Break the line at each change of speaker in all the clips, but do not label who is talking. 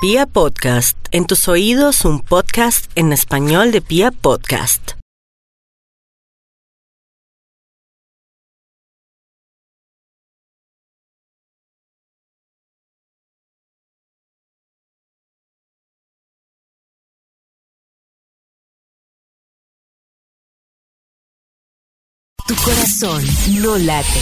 Pia Podcast, en tus oídos un podcast en español de Pia Podcast.
Tu corazón no late.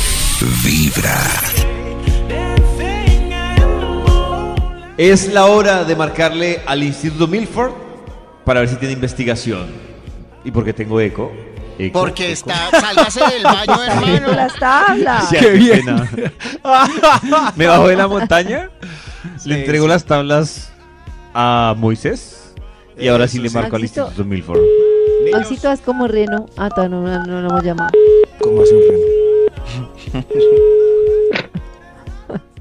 Es la hora de marcarle al Instituto Milford para ver si tiene investigación. ¿Y por qué tengo eco? Eco,
Porque
eco.
está, sálgase del baño, hermano.
las tablas.
Ya, qué pena. Me bajó de la montaña, le entrego las tablas a Moisés y ahora sí le marco al
Maxito.
Instituto Milford.
Maxito es como reno. Ah, todavía no, no, no lo hemos llamado.
¿Cómo hace un reno?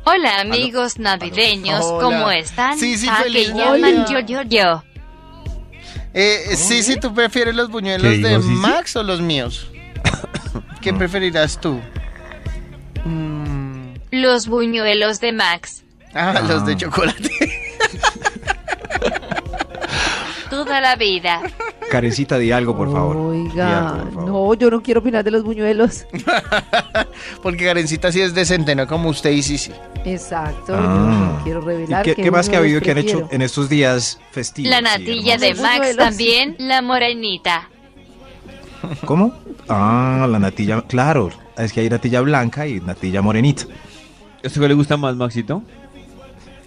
Hola amigos navideños,
Hola.
¿cómo están?
Sí, sí,
Ah,
feliz
que llaman yo,
Navidad.
yo, yo.
Eh, sí, sí, ¿tú prefieres los
¿Qué
buñuelos de
dijo Sisi?
Max o los míos? ¿Qué preferirás tú? Mm,
Los buñuelos de Max.
ah, los de chocolate.
Toda la vida.
Carecita, di algo, por favor.
Oiga,
Di algo, por favor.
no, yo no quiero opinar de los buñuelos.
Porque Karencita sí es de centeno, como usted y Sisi.
Exacto.
Ah.
No quiero
¿Y
revelar.
qué, qué más que ha habido
buñuelos
que han hecho
prefiero.
en estos días festivos?
La
y
natilla de
hermosos.
Max
Buñuelos.
también, la morenita.
hermosos? ¿Cómo? Ah, la natilla, claro. Es que hay natilla blanca y natilla morenita.
¿Esto qué le gusta más, Maxito?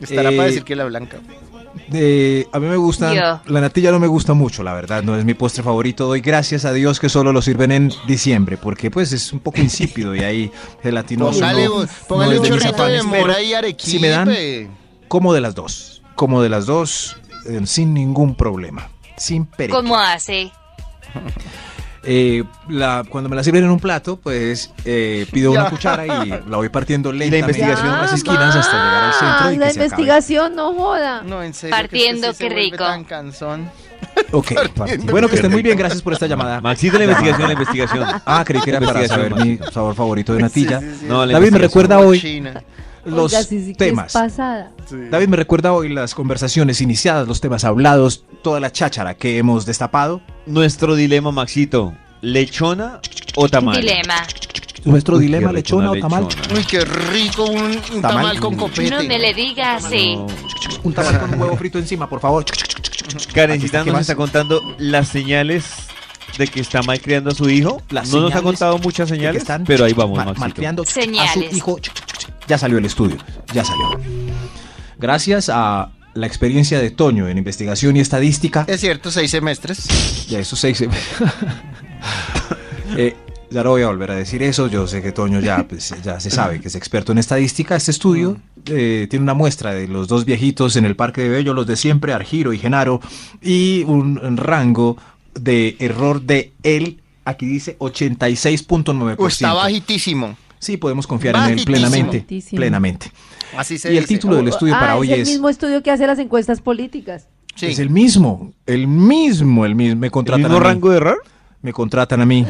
Estará
Eh,
para decir que la blanca.
Eh, a mí me gusta,
Yo.
la natilla no me gusta mucho, la verdad, no es mi postre favorito. Doy gracias a Dios que solo lo sirven en diciembre, porque pues es un poco insípido y ahí gelatinoso.
Póngale,
no-
un- póngale
no
un
es de mis
chorrito de
afanes, pero-
mora y arequipe.
si me dan- como de las dos, como de las dos, eh, sin ningún problema, sin pereza.
¿Cómo hace?
Eh, la- cuando me la sirven en un plato, pues eh, pido
Ya.
una cuchara y la voy partiendo lentamente
investigación.
por las esquinas hasta llegar al centro
Ah,
y que
la
se acabe.
investigación no joda.
No, en serio.
Partiendo,
que es que sí se
qué
vuelve
rico.
Tan cansón.
Ok, bueno, que estén muy bien, gracias por esta llamada.
Maxito, la investigación, la investigación.
Ah, creí que era para saber mi sabor favorito de natilla.
No, la
David me
investigación.
recuerda hoy
China.
los
Oiga, sí, sí que es
temas.
pasada.
David me recuerda hoy las conversaciones iniciadas, los temas hablados, toda la cháchara que hemos destapado.
Nuestro dilema, Maxito. ¿Lechona o tamal?
Dilema.
Nuestro
Uy, qué
dilema,
rico,
lechona o
una
tamal.
lechona.
Uy, qué rico un, un tamal,
Tamal.
con copete.
No me le diga así.
No.
Un tamal con un huevo frito encima, por favor.
Karencita
¿Qué
nos
más?
está contando las señales de que está malcriando a su hijo.
Las
no nos ha
señales
contado muchas
Que
señales,
están
pero ahí vamos,
ma-
Maxito.
malcriando a su
Señales.
hijo. Ya salió el estudio, ya salió. Gracias a la experiencia de Toño en investigación y estadística,
Es cierto, seis semestres.
Ya esos seis. se- Eh, ya no voy a volver a decir eso. Yo sé que Toño ya, pues, ya se sabe que es experto en estadística. Este estudio eh, tiene una muestra de los dos viejitos en el Parque de Bello, los de siempre, Argiro y Genaro, y un rango de error de él. Aquí dice 86.9%.
Uy, está bajitísimo.
Sí, podemos confiar en él
Bajitísimo.
plenamente.
Bajitísimo.
Plenamente.
Así se
Y el
dice.
título del estudio
ah,
para hoy
es el
es.
mismo estudio que hace las encuestas políticas.
Sí.
Es el mismo, el mismo, el mismo. Me
¿El
contratan
mismo
a mí.
rango de error?
Me contratan a mí.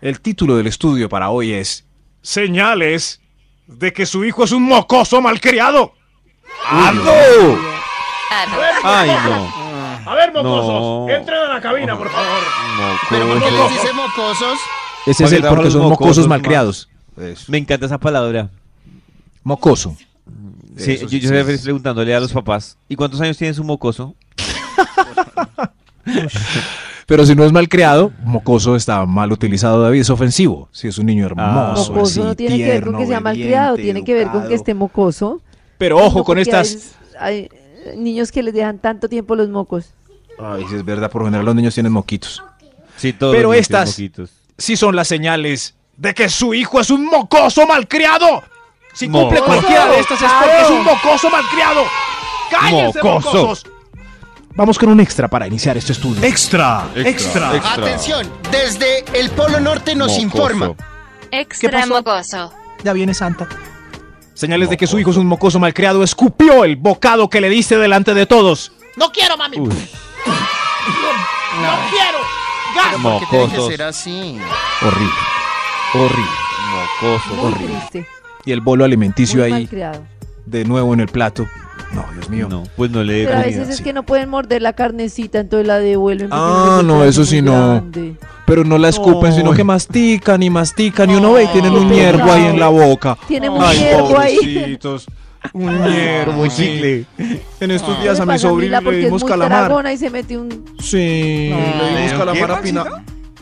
El título del estudio para hoy es Señales de que su hijo es un mocoso malcriado.
¡Ardo!
Ah, no.
¡Ay, no!
A ver, mocosos,
No.
entren a la cabina, por favor.
Pero ¿por qué les
Mocoso.
dice mocosos?
Ese es el
Porque
porque
los
son
mocosos
mocosos
más.
malcriados.
Me encanta esa palabra.
Mocoso.
Sí,
Eso
yo,
sí,
yo estoy
sí, sí.
preguntándole a los papás, ¿y cuántos años tiene su mocoso?
Pero si no es malcriado, mocoso está mal utilizado, David, es ofensivo. Si es un niño hermoso,
Ah. Mocoso
así,
no tiene que ver con
tierno,
que sea
obediente,
malcriado, tiene que ver con que
educado.
esté mocoso.
Pero
No,
ojo con
porque a
estas
veces Hay eh, niños que les dejan tanto tiempo los mocos.
Ay, sí, es verdad, por lo general los niños tienen moquitos.
Sí, todos
Pero
los niños
estas-
tienen moquitos.
sí son las señales de que su hijo es un mocoso malcriado. Si cumple
Mocoso.
cualquiera de estas es porque es un mocoso malcriado. ¡Cállense,
Mocoso.
mocosos! Vamos con un extra para iniciar este estudio. ¡Extra!
Extra.
Atención, desde el Polo Norte nos informa.
Extra
pasó?
mocoso.
Ya viene Santa. Señales de que su hijo es un mocoso malcriado. Escupió el bocado que le diste delante de todos.
No quiero, mami.
Uy,
quiero. Gas. ¿Por qué tiene que
Mocosos.
ser así?
Horrible. Horrible.
mocoso.
Muy triste.
Y el bolo alimenticio
Muy
ahí
malcriado.
de nuevo en el plato. No, Dios mío.
No, pues no le
Pero a
comida,
veces es
sí.
que no pueden morder la carnecita, entonces la devuelven. porque
Ah,
se
no,
queda
eso
muy
sí no.
grande.
Pero no la escupen, sino que mastican y mastican. Y uno ve y tienen un
qué
hierbo ahí en la boca.
Tiene un
Ay,
hierbo ahí.
pobrecitos. Un hierbo,
Como
sí.
chicle.
En estos
Le
días a mi
pasa Mila
sobrino le
porque es
dimos
muy
calamar.
dragona y se metió un...
Sí, le dimos
¿Pero
calamar
qué,
a Pina.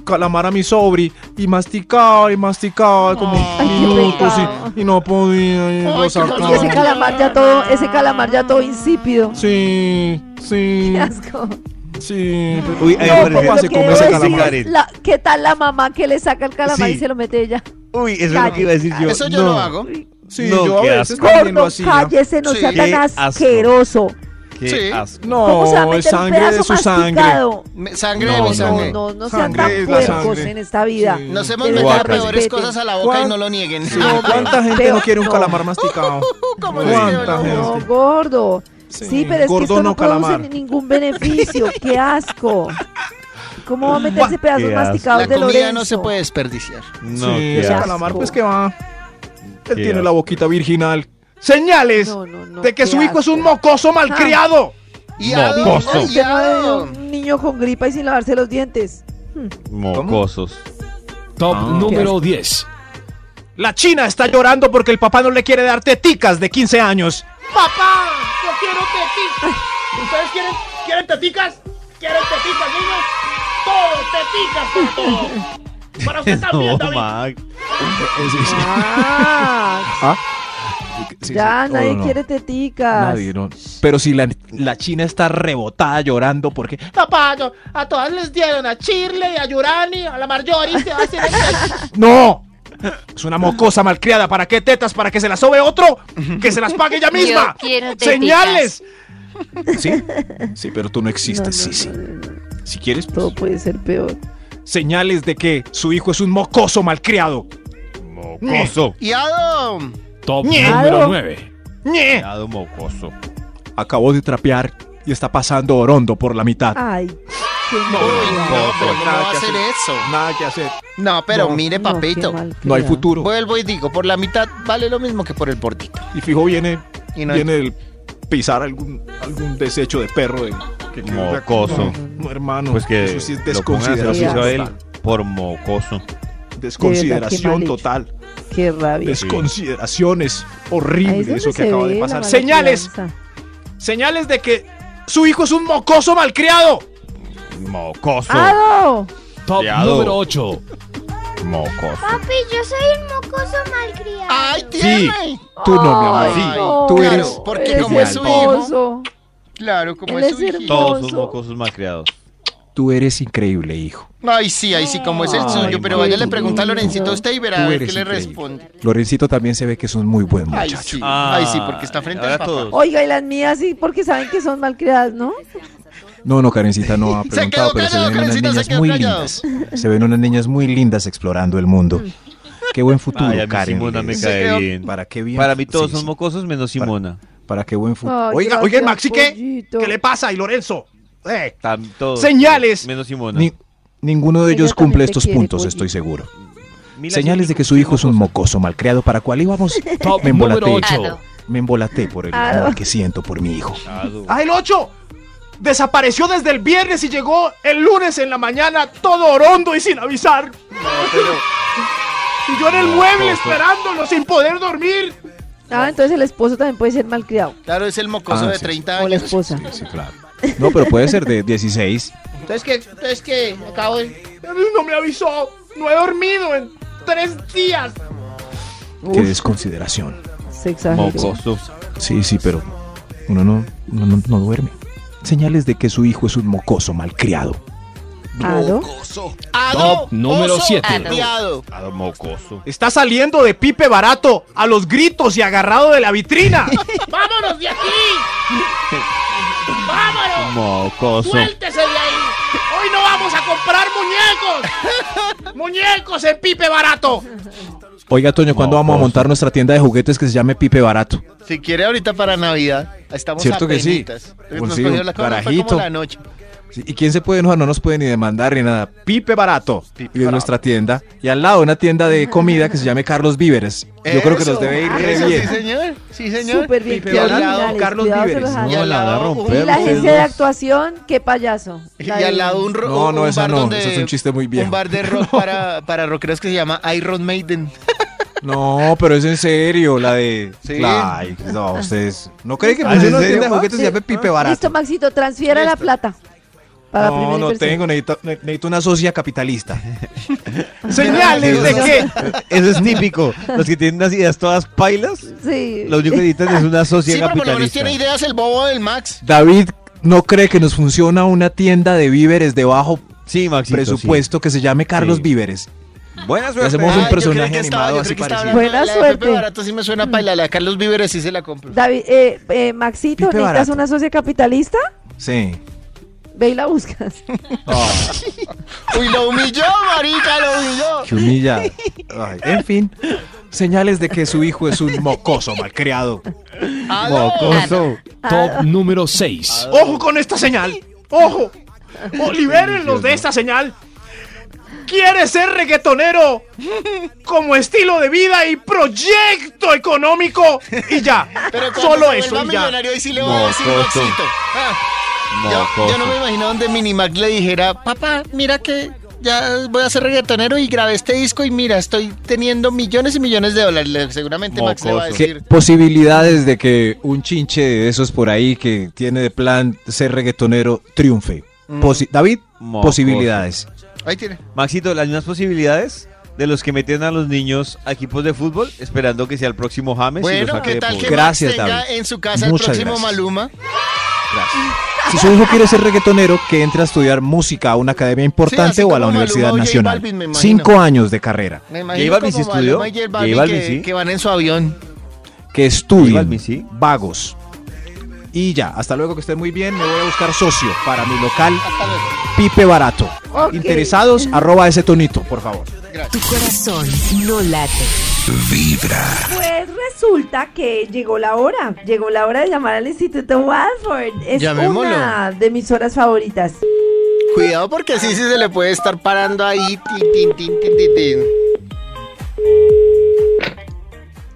Calamar a mi sobri y masticaba y masticaba como
Ay, qué
minutos
pecado.
y, y no podía y lo
Y ese
sacaba.
calamar ya todo, ese calamar ya todo insípido.
Sí, sí,
Qué asco.
sí. pero-
Uy, ahí
No,
aparece-
porque
papá,
lo
se
que
come
debo
ese
decir es
calamar.
la- ¿Qué tal la mamá que le saca el calamar y
Sí.
se lo mete ella?
Uy, eso es lo que iba a decir yo.
Eso yo
no.
lo hago.
Sí,
No,
yo a
qué
veces
asco.
también lo
Gordo,
hacía.
cállese, no
Sí.
sea
Qué
tan
asco.
asqueroso.
Qué
Sí.
asco.
¿Cómo se va a
No, es
meter un
sangre de
pedazo
su sangre.
masticado?
Me- sangre de
No,
mi
No,
sangre.
no, no sean
Sangre
tan
es la
puercos
sangre.
en esta vida.
Sí.
Nos hemos
De
metido
verdad,
peores
respeten.
cosas a la boca y
¿Cuál?
no lo nieguen.
Sí,
Ah,
¿Cuánta gente
Pero
no quiere un
no.
calamar masticado?
¿Cómo le
¿Cuánta
digo?
No,
gente?
gordo. Sí, pero es que
gordo
esto no
no
produce
calamar.
ni- ningún beneficio. ¡Qué asco! ¿Cómo va a meterse pedazos
asco.
masticados
La
de
comida
Lorenzo?
no se puede desperdiciar.
No,
sí,
qué
ese
asco.
calamar pues que va. Él
Qué
tiene la
asco.
boquita virginal. Señales
No, no, no,
de que
qué
su hijo es un
asco. Ah.
mocoso malcriado.
Y
No,
ado-
costo.
y
Usted no ha
ado-
venido un niño con gripa y sin lavarse los dientes.
Mocosos.
Top
Ah.
número 10.
La china está llorando porque el papá no le quiere dar teticas de 15 años.
¡Papá! ¡Yo quiero teticas! ¿Ustedes quieren, quieren teticas? ¿Quieren teticas, niños? ¡Todo! ¡Teticas para todo! Para usted también,
No,
David.
Mac.
Ah, ya
Oh,
nadie quiere teticas.
Nadie, no. Pero si la, la china está rebotada llorando porque
Papá, yo- a todas les dieron, a Shirley, a Yurani, a la Marjorie, te va a hacer
¡No! Es una mocosa malcriada. ¿Para qué tetas? ¿Para que se las sobe otro? ¡Que se las pague ella misma!
Yo quiero teticas.
¡Señales! ¿Sí? Sí, pero tú no existes,
No, no,
sí,
no, no, no,
sí. Si quieres, pues,
Todo puede ser peor.
señales de que su hijo es un mocoso malcriado.
Mocoso.
y ado-
Top
Miedo.
número 9.
¡Ñe!
Cuidado, mocoso.
Acabó de trapear y está pasando orondo por la mitad.
Ay, qué
Uy,
mal.
no, pero
no,
¿cómo va a
¿qué
hacer eso?
Nada que hacer.
No, pero
No,
mire,
No, qué
papito.
mal
No hay
criado.
futuro.
Vuelvo y digo, por la mitad vale lo mismo que por el bordito.
Y fijo, viene,
Y no-
viene el pisar algún, algún desecho de perro. de- que- que-
Mocoso.
No, no, hermano.
Pues que
eso sí es
lo pongan a hacer
desconsideración
oficio a él
total.
por mocoso.
De verdad, qué mal
Desconsideración
hecho.
total.
Qué rabia.
Desconsideraciones
Ahí
horrible eso
es donde
que
se
acaba
ve
de
la
pasar.
mala
Señales,
crianza.
señales de que su hijo es un mocoso malcriado.
Mocoso.
Ah,
¡Ado!
Top
Miedo.
número 8.
Mocoso.
Papi, yo soy un mocoso malcriado.
¡Ay,
Sí,
tiene!
tú no, mi amor.
Ay,
sí.
no,
Tú
claro,
eres-
porque
eres
como es su hijo.
hermoso.
Claro, como
Él
es
es
su hijito.
Todos son
Mocoso.
mocosos malcriados.
Tú eres increíble, hijo.
Ay, sí, ay, sí, como es el
Ay,
suyo. Pero
qué
vaya, le pregunta a
lindo.
Lorencito a usted y verá
Tú
a ver qué
eres
le
increíble.
responde.
Lorencito también se ve que es un muy buen
Ay,
muchacho. Ah,
sí. Ay, sí, porque está frente
Ahora
al papá.
todos.
Oiga, y las mías sí, porque saben que son malcriadas, ¿no?
No, no, Karencita no ha
Se
preguntado,
quedó
pero se
callado,
ven unas
Karencita, se
niñas
quedó
muy
callado.
lindas. Se ven unas niñas muy lindas explorando el mundo. Qué buen futuro,
Ay, a mí
Karen.
Simona me
les-
Se
cae
quedó-
bien.
Para qué bien.
Para mí todos
Sí,
son
sí,
mocosos menos Simona.
Para qué buen futuro.
Ay,
oiga, oiga,
gracias,
Maxi, ¿qué?
pollito.
¿Qué le pasa? ¿Y Lorenzo? Eh,
Tam- todos.
Señales.
Menos Simona.
Ni- ninguno de
Ella
ellos
también
cumple
te
estos
quiere,
puntos,
pollito.
estoy seguro.
Mila
Señales
Jovovich
de que su hijo es un mocoso malcriado para cual íbamos.
Top
Me
número
embolaté.
8.
Me embolaté por el
Ah.
amor que siento por mi hijo.
mocoso.
¡Ah, el 8! Desapareció desde el viernes y llegó el lunes en la mañana todo orondo y sin avisar. Y yo en el mueble esperándolo sin poder dormir.
Ah, entonces el esposo también puede ser malcriado.
Claro, es el mocoso
Ah,
de
sí.
30
O la
años.
esposa.
Sí, claro. No, pero puede ser de 16.
Entonces que, entonces que acabo de... No me avisó. No he dormido en tres días.
Qué
Uf,
desconsideración.
se exageró.
Mocosos.
Sí, sí, pero uno no, uno no, no duerme. Señales de que su hijo es un mocoso malcriado.
¿Ado?
Ado,
Top número
oso,
siete.
malcriado.
Ah, mocoso.
Está saliendo de pipe barato a los gritos y agarrado de la vitrina. ¡Vámonos de aquí! ¡Vámonos!
Mocoso.
¡Suéltese de ahí! ¡Hoy no vamos a comprar muñecos! ¡Muñecos en pipe barato!
Oiga, Toño, ¿cuándo vamos a
Mocoso.
montar nuestra tienda de juguetes que se llame Pipe Barato?
Si quiere ahorita para Navidad, estamos
Cierto que sí.
apenitas. Nos
Consigo,
cogió la cosa, fue
carajito.
como la noche.
Sí, ¿Y quién se puede enojar? No nos puede ni demandar ni nada. Pipe Barato. y es nuestra tienda. Y al lado una tienda de comida que se llame Carlos Víveres. Yo creo que los debe ir re
Eso, Sí,
bien.
señor. Sí, señor.
Súper bien.
Y al lado,
originales,
Carlos
cuidado, se
Víveres.
los
y
hacen.
al
la
lado
de
un-
Y
romper.
la
ustedes
agencia de
dos.
actuación, qué payaso.
Y
La de-
al lado un ro-
No, no,
un
esa
bar
no,
donde-
ese es un chiste muy viejo.
Un bar de rock para, para rockeros que se llama Iron Maiden.
No, pero es en serio, la de.
Sí.
Ay, no, ustedes. ¿No creen que
Ah,
por
¿es
eso
en
una
serio,
tienda de
Juan?
juguetes se
Sí.
llame Pipe Barato?
Listo, Maxito, transfiera la plata. Para la
no,
primera
no
inversión.
tengo, necesito, ne- necesito una socia capitalista.
¡Señales de que! Eso es típico. Los que tienen unas ideas todas pailas,
Sí.
lo único que necesitan es una sociedad
Sí, pero por lo menos
capitalista.
tiene ideas el bobo del Max.
David no cree que nos funciona una tienda de víveres de bajo
Sí, Maxito,
presupuesto que se llame Carlos
Sí.
Víveres.
sí. Buena
Le
suerte.
hacemos
Ay,
un
Ah, yo creí
personaje
que estaba-
animado
yo
así
creí que estaba
parecido.
hablando de
Buena
la De
suerte.
Pepe Barato sí me suena paila, la de Carlos Víveres sí se la compro.
David, eh, eh, Maxito,
Pipe
¿necesitas
barato.
una socia capitalista?
Sí.
Ve y la buscas.
Uy, lo humilló, marica, lo humilló.
Que humilla. Ay, en fin, señales de que su hijo es un mocoso malcriado.
¡Aló!
Mocoso.
Top número 6.
¡Ojo con esta señal! ¡Ojo! ¡O libérenlos de esta señal! ¿Quieres ser reggaetonero como estilo de vida y proyecto económico? Y ya.
Pero cuando
Solo
se
eso
vuelva
y ya.
millonario ahí sí le voy a decir
Mocoso.
Maxito. Ah, yo, yo no me imagino donde Minimac le dijera, papá, mira que ya voy a ser reggaetonero y grabé este disco y mira, estoy teniendo millones y millones de dólares. Le- Seguramente Max le va a
Mocoso.
¿Qué
decir.
posibilidades de que un chinche de esos por ahí que tiene de plan ser reggaetonero triunfe?
Mm.
Posi- David,
Mocoso.
posibilidades.
Ahí tiene.
Maxito, las mismas posibilidades de los que meten a los niños a equipos de fútbol esperando que sea el próximo James y lo
Bueno,
saque
¿qué
de
tal que
pobre.
Gracias,
Max tenga
David.
en su casa
Muchas
el próximo
gracias.
Maluma?
Si su hijo quiere ser reggaetonero, que entre a estudiar música a una academia
así
importante o a la
como
Universidad
Maluma o J
Nacional.
Balvin, me imagino.
Cinco años de carrera.
Me imagino
Balvin sí
como
estudió,
Maluma y J
J
Balvin
Balvin
que,
sí.
que van en su avión.
Que
J
estudien.
Balvin, sí.
Vagos. Y ya, hasta luego que estén muy bien. Me voy a buscar socio para mi local Pipe Barato.
Ok.
Interesados, arroba ese tonito, por favor.
Tu corazón no late.
Pues resulta que llegó la hora. Llegó la hora de llamar al Instituto Walford. Es
Llamémoslo.
una de mis horas favoritas.
Cuidado porque sí, sí se le puede estar parando ahí. tin, tin, tin, tin, tin, tin.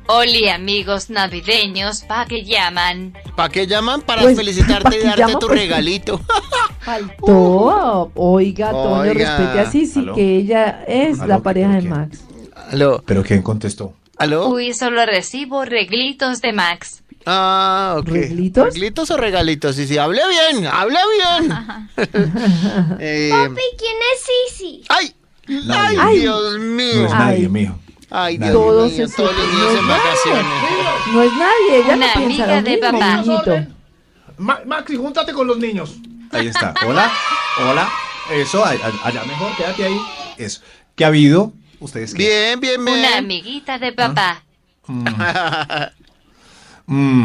Oli, amigos navideños, pa' que llaman.
¿Para qué llaman? Para
Pues, ¿pa'
felicitarte y
qué
darte
llaman?
tu
Pues,
regalito.
Faltó. Oiga, Toño,
Oiga.
respete a Sisi,
Aló.
que ella es
Aló,
la
¿qué
pareja
quiere
de
quién?
Max.
Aló,
Pero ¿quién contestó?
aló.
Uy, solo recibo reglitos de Max.
Ah, ok.
¿Reglitos?
¿Reglitos o regalitos? Sí, sí, hable bien, hable bien. Eh,
Papi, ¿quién es Sisi?
ay, ay,
Ay.
Dios
No
mío.
es
Ay.
nadie, mijo.
Ay,
Nadie.
Dios
Todos
mío,
se
todos los niños en
sienten-
vacaciones.
No es nadie, ella
Una
no piensa
amiga
lo
de
mismo,
papá.
mijito.
Ma- Maxi, júntate con los niños.
Ahí está. Hola, hola. Eso, a- a- allá mejor, quédate ahí. Eso. ¿Qué ha habido? ¿Ustedes qué?
Bien, bien, bien.
Una amiguita de papá.
Mm,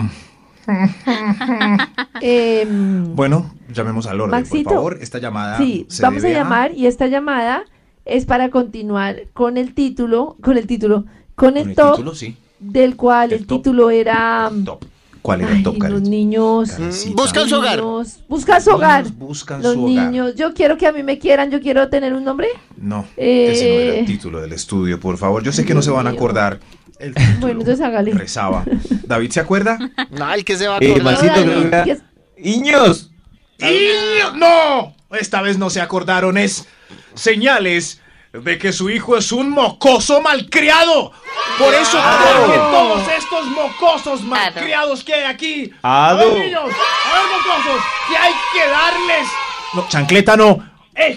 Em,
bueno, llamemos al orden,
Maxito.
por favor. Esta llamada.
Sí,
se
vamos a
debe
llamar y esta llamada es para continuar con el título, con el título, con el,
Con el
top
título, sí.
del cual el,
El top.
título era mm,
Top. ¿Cuál era
ay,
el top,
los
Karen?
niños,
Karen, sí,
Buscan
los
su hogar.
niños- buscan su hogar.
Niños buscan
Los
su hogar.
niños, yo quiero que a mí me quieran, yo quiero tener un nombre.
No,
Eh,
ese no era el título del estudio, por favor. Yo sé que no se van a
Dios
acordar. El título
Bueno, entonces hágale.
rezaba. ¿David se acuerda?
No, el que se va a
Eh,
acordar.
Maxito,
Dale,
creo que-
que es-
¡Niños!
¡Y no!
Esta vez no se acordaron, es.
Señales de que su hijo es un mocoso malcriado. Por eso que todos estos mocosos malcriados que hay aquí. A
Ado.
ver, niños, a ver, mocosos, que hay que darles
No, chancleta no.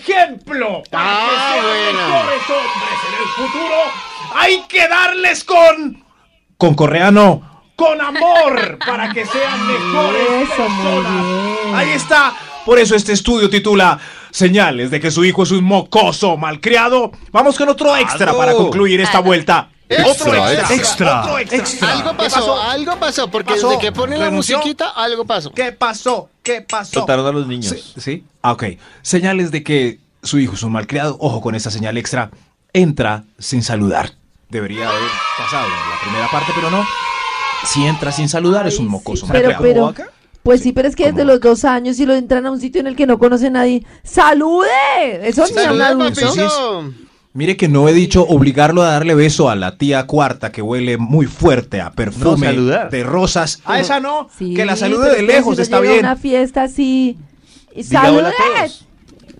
ejemplo para que
Ah,
sean
bueno.
mejores hombres en el futuro. Hay que darles con
Con correa no.
con amor para que sean mejores
Eso, muy bien.
personas. Ahí está.
Por eso este estudio titula Señales de que su hijo es un mocoso malcriado. Vamos con otro extra
Ado.
para concluir esta
Ado.
vuelta.
Otro
extra,
extra.
otro extra.
Algo pasó, algo pasó, porque
pasó?
desde que ponen la
¿Renunció?
musiquita, algo pasó.
¿Qué pasó? ¿Qué pasó?
Soltaron a los niños.
Sí. ¿Sí? Ah, ok. Señales de que su hijo es un malcriado. Ojo con esta señal extra. Entra sin saludar. Debería haber pasado en la primera parte, pero no. Si entra sin saludar es un
Ay,
mocoso
sí, Pero,
malcriado.
pero, Pues sí, pero es que desde los dos años y lo entran a un sitio en el que no conoce a nadie. ¡Salude! Eso ni a un
Saluda,
adulto.
papito.
Mire que no he dicho obligarlo a darle beso a la tía cuarta que huele muy fuerte a perfume
saludar.
de rosas. A Ah, esa no,
Sí,
que la salude
pero
de
es que
lejos,
si uno
está
llega
bien.
A una fiesta así. y
Diga hola a
¡Salude!
todos.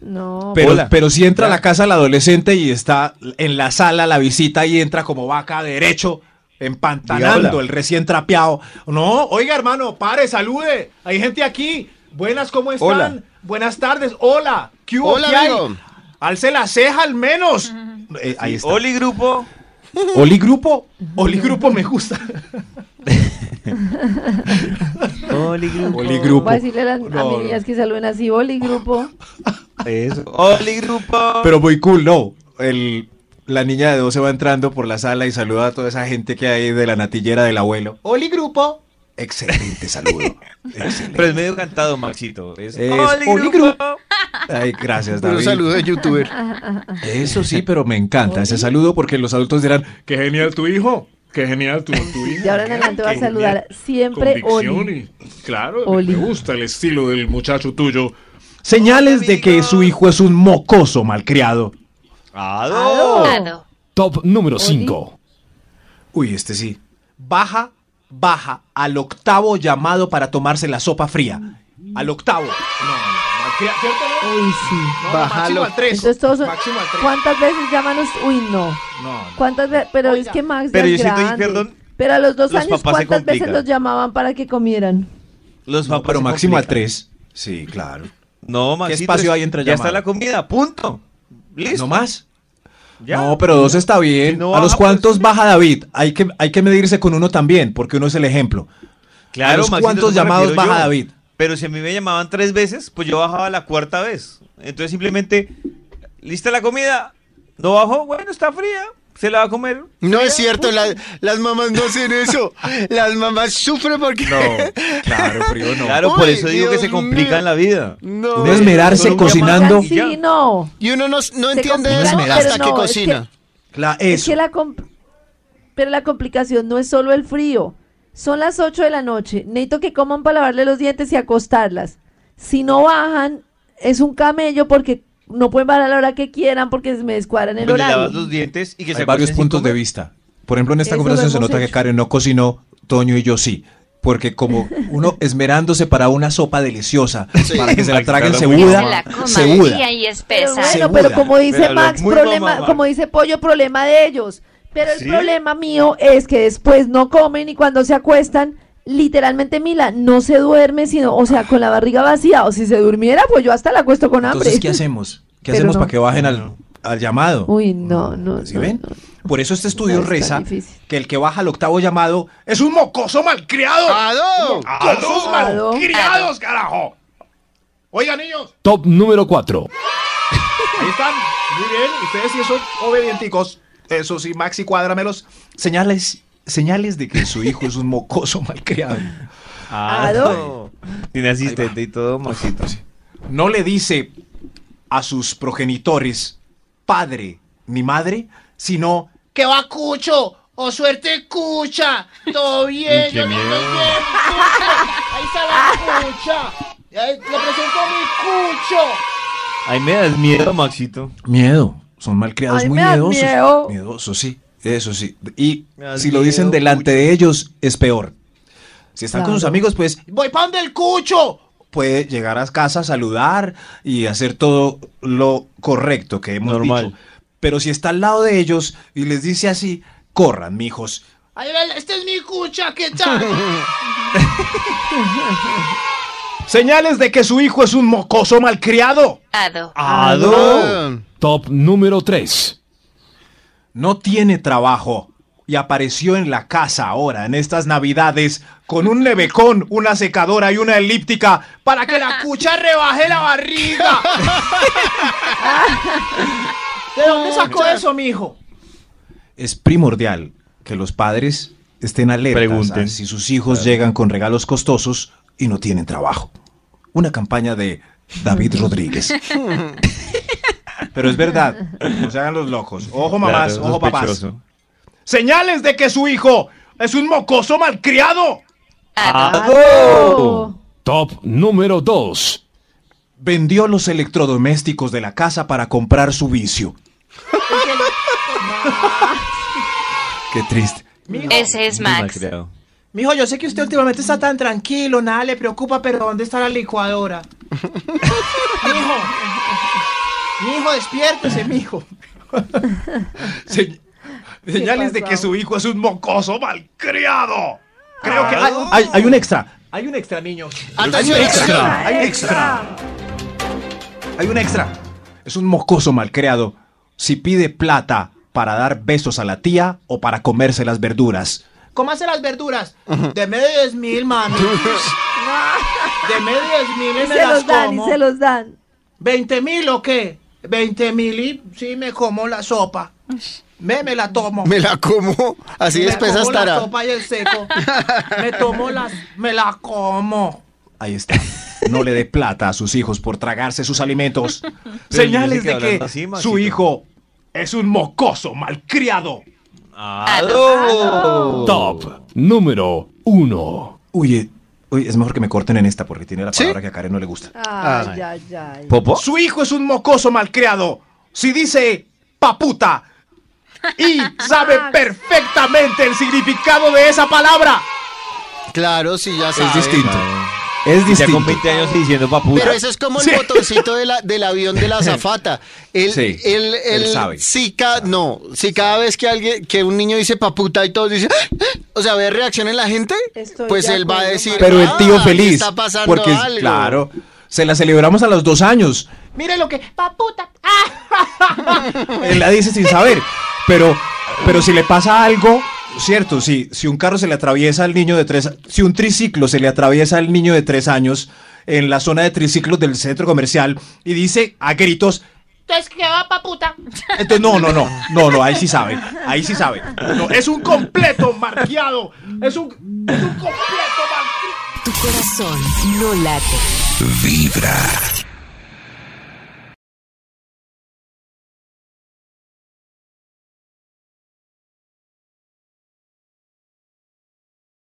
No,
Pero,
Hola.
pero si entra a la casa el adolescente y está en la sala, la visita y entra como vaca derecho,
Diga
empantanando
hola.
el recién trapeado.
No, oiga, hermano, pare, salude. Hay gente aquí. Buenas, ¿cómo están?
Hola.
Buenas tardes. Hola. ¿Qué hubo?
Hola,
¿Qué hay?
amigo.
Alce la ceja al menos.
Eh, ahí está.
Oli grupo.
Oli grupo.
Oli Grupo me gusta.
Oli grupo.
Oli grupo.
Voy a decirle a las a
No,
mis
no.
niñas que saluden así, boli, grupo.
Eso. Oli grupo.
Pero muy cool, no. El, la niña de 12 va entrando por la sala y saluda a toda esa gente que hay de la natillera del abuelo.
Oli Grupo.
Excelente saludo. Excelente.
Pero es medio cantado, Maxito. Es,
Es
Oli
Oli
grupo.
Ay, gracias,
Un
David.
saludo de youtuber.
Eso sí, pero me encanta ese saludo porque los adultos dirán,
Qué genial tu hijo. Qué genial tu, tu hija.
Y ahora en adelante va a saludar siempre Oli.
Convicción y- claro,
Oli.
me gusta el estilo del muchacho tuyo.
señales de que su hijo es un mocoso malcriado.
Ado.
Ado.
Top número
Oli.
cinco.
Uy, este sí. Baja, baja al octavo llamado para tomarse la sopa fría. Al octavo.
Cri- ¿Cierto? no?
Uy, sí.
No,
Bájalo.
máximo al 3.
Entonces todos son-
Máximo al 3.
¿Cuántas veces llaman? us- Uy, no.
No, no.
¿Cuántas veces? Pero es que Max ya
pero
es
yo siento, y
grande.
perdón,
Pero a los dos
los
años,
papás se
¿cuántas veces
complican.
los llamaban para que comieran?
Los papás
Pero
se
máximo a
complican.
tres. Sí, claro.
No, Maxito.
espacio
es-
hay entre
Ya
llamadas?
está la comida, punto. Listo.
¿No más?
Ya.
No, pero dos está bien.
Si no pues.
¿A los
baja,
cuantos baja David? Hay que, hay que medirse con uno también, porque uno es el ejemplo. ¿A los
Maxito,
cuántos
eso me
llamados
refiero
baja
yo.
David?
Pero si a mí me llamaban tres veces, pues yo bajaba la cuarta vez. Entonces simplemente, lista la comida, no bajó, bueno, está fría, se la va a comer.
No es cierto, la- las mamás no hacen eso. Las mamás sufren porque.
claro, frío no.
Claro, por
Uy,
eso digo que
Dios
se complica
mío.
en la vida.
No.
Uno esmerarse
Solo un llamado.
cocinando.
Sí, no.
Y uno no, no entiende
complican,
eso
pero
hasta
no,
que
es
cocina.
Cla-
Es
eso.
que la comp- Pero la complicación no es solo el frío. Son las 8 de la noche. Necesito que coman para lavarle los dientes y acostarlas. Si no bajan, es un camello porque no pueden bajar a la hora que quieran porque me descuadran el
Pues Le lavas
horario.
los dientes y que
Hay
se
varios
acuesten sin
puntos de
comer.
vista. Por ejemplo, en esta
Eso lo
conversación se
hemos
nota que
hecho.
Karen no cocinó, Toño y yo sí. Porque como uno esmerándose para una sopa deliciosa, para que se la
Maxito,
traguen
lo
Que
muy
se
mamá.
cebuda,
la coma
cebuda.
fría y
Pero
espesa.
bueno,
Segura.
pero como dice
Pero lo
Max,
muy
problema,
mamá.
como dice Pollo, problema de ellos. Pero el
¿Sí?
problema mío es que después no comen y cuando se acuestan, literalmente Mila no se duerme, sino, o sea, con la barriga vacía. O si se durmiera, pues yo hasta la acuesto con hambre.
Entonces, ¿qué hacemos? ¿Qué
Pero
hacemos
no.
para que bajen al, al llamado?
Uy, no, no.
Mm, ¿Sí
no,
ven?
no.
Por eso este estudio
No, está
reza
difícil.
que el que baja al octavo llamado
Es un mocoso malcriado.
¡Ado!
Ah,
¡Mocosos
Ado.
malcriados, carajo! Oigan, niños.
Top número cuatro.
Ahí están. Muy bien. Ustedes sí son obedienticos. Eso sí, Maxi, cuádramelos.
señales, señales de que su hijo es un mocoso malcriado.
Ah,
Ado.
no. Tiene asistente y todo, Maxito.
No le dice a sus progenitores padre ni madre, sino
¡Qué va, Cucho! ¡O suerte, Cucha! ¡Todo bien! ¡Yo no estoy bien! ¡Ahí está la Cucha! ¡Le presento a mi Cucho!
Ay, me das miedo, Maxito.
miedo. Son malcriados,
Ay,
muy
me da
miedosos.
miedo.
Miedosos, sí. Eso sí. Y
Me da
si lo dicen
miedo,
delante de ellos, es peor. Si están con sus
Claro.
amigos, pues
¡Voy pan del Cucho!
puede llegar a casa, saludar y hacer todo lo correcto que hemos
Normal.
dicho. Pero si está al lado de ellos y les dice así, corran, mijos.
Ahí va, ¡Este es mi Cucha! ¿Qué tal? Señales de que su hijo es un mocoso malcriado.
Ado.
Ah,
¡Ado!
Top número tres.
No tiene trabajo y apareció en la casa ahora, en estas navidades, con un nevecón, una secadora y una elíptica para que la cucha rebaje la barriga.
¿De dónde sacó eso, mijo?
Es primordial que los padres estén alertas
Pregunten.
a si sus hijos llegan con regalos costosos y no tienen trabajo. Una campaña de David Rodríguez. Pero es verdad, no se hagan los locos.
Ojo, mamás,
Claro,
ojo, papás.
sospechoso.
Señales de que su hijo es un mocoso malcriado.
Ado.
Oh.
Top número 2.
Vendió los electrodomésticos de la casa para comprar su vicio. Qué triste.
Ese es Max.
Mijo, yo sé que usted últimamente está tan tranquilo, nada le preocupa, pero ¿dónde está la licuadora? mijo, mijo, despiértese, mijo.
Se- Señales de
pasó?
que su hijo es un mocoso malcriado. Creo que hay-
Hay, hay un extra.
Hay un extra, niños.
Atención,
Extra. Hay un extra. Hay un extra. Es un moscoso malcriado. Si pide plata para dar besos a la tía o para comerse las verduras.
Cómase las verduras. Deme 10 mil, mami. Deme 10 mil y
Y se
me las
los dan,
como.
y se los dan.
20 mil o qué? 20 mil y sí me como la sopa. Me, me la tomo.
Me la como. Así
me
después
como la
estará.
sopa y el seco. me tomo las. Me la como.
Ahí está. No le dé plata a sus hijos por tragarse sus alimentos.
Señales de que su
hijo es un mocoso malcriado.
Oh.
Top número 1.
Oye, oye, es mejor que me corten en esta porque tiene la
¿Sí?
palabra que a Karen no le gusta.
Ay, ay, ay.
¿Popo?
Su hijo es un mocoso malcriado. Si dice paputa y sabe perfectamente el significado de esa palabra.
Claro, sí, ya
Es
sabes.
distinto. Es
Ya
distinto.
con 20 años y diciendo paputa.
Pero eso es como el
Sí.
botoncito de la- del avión de la azafata. El,
Sí,
el, el,
él sabe.
Si ca- no, si cada vez que alguien, que un niño dice paputa y todos dicen, "Ah, ah", o sea, ve reacción en la gente,
Estoy
pues
de
él va a
acuerdo,
decir,
Max.
Pero el tío
"Ah,
feliz.
Está pasando
porque, es-
algo".
claro, se la celebramos a los dos años.
Mire lo que. ¡Paputa! ¡Ah!
Él la dice sin saber. Pero, pero si le pasa algo, cierto, si, si un carro se le atraviesa al niño de tres, si un triciclo se le atraviesa al niño de tres años en la zona de triciclos del centro comercial y dice a gritos,
Entonces, ¿qué va, paputa?
entonces no, no, no, no, no, ahí sí sabe, ahí sí sabe.
No, es un completo marqueado. Es un, es un completo marqueado.
Tu corazón no late.
Vibra.